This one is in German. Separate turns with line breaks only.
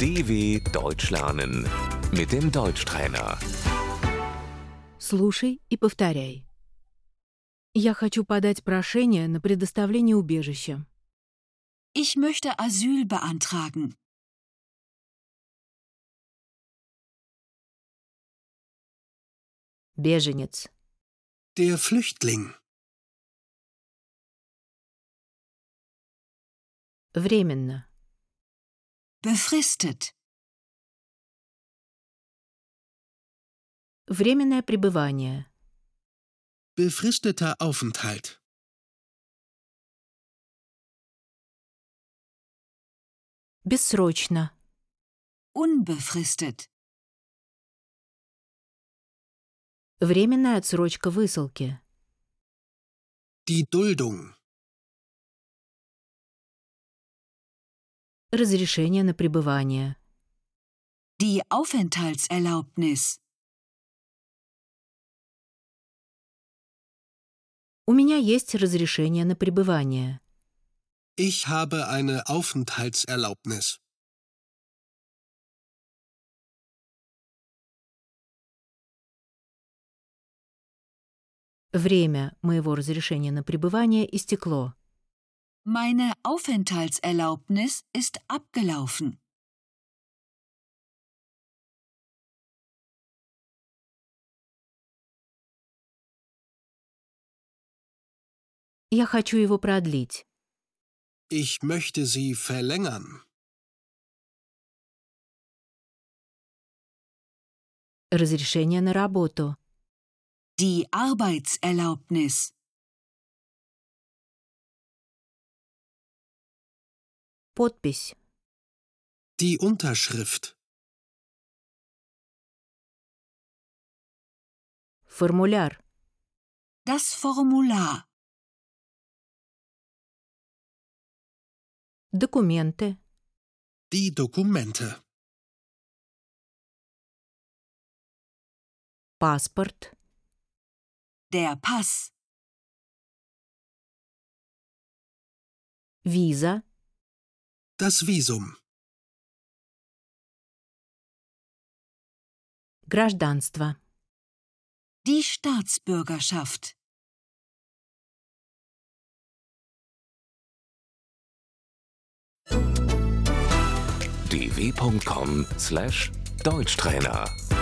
DW Deutsch lernen mit dem Deutschtrainer.
Слушай и повторяй. Я хочу подать прошение на предоставление убежища.
Ich möchte Asyl beantragen.
Беженец.
Der Flüchtling.
Временно.
Befristet.
Временное пребывание.
Befristeter Aufenthalt.
Бессрочно.
Unbefristet.
Временная отсрочка высылки.
Die Duldung.
Разрешение на пребывание.
Die Aufenthaltserlaubnis.
У меня есть разрешение на пребывание.
Ich habe eine Aufenthaltserlaubnis.
Время моего разрешения на пребывание истекло.
Meine Aufenthaltserlaubnis ist abgelaufen.
Я хочу его продлить.
Ich möchte sie verlängern.
Разрешение на работу.
Die Arbeitserlaubnis.
Подпись.
Die Unterschrift.
Формуляр.
Das Formular.
Документы.
Die Dokumente.
Паспорт.
Der Pass.
Виза.
Das Visum.
Гражданство.
Die Staatsbürgerschaft.
dw.com/deutschtrainer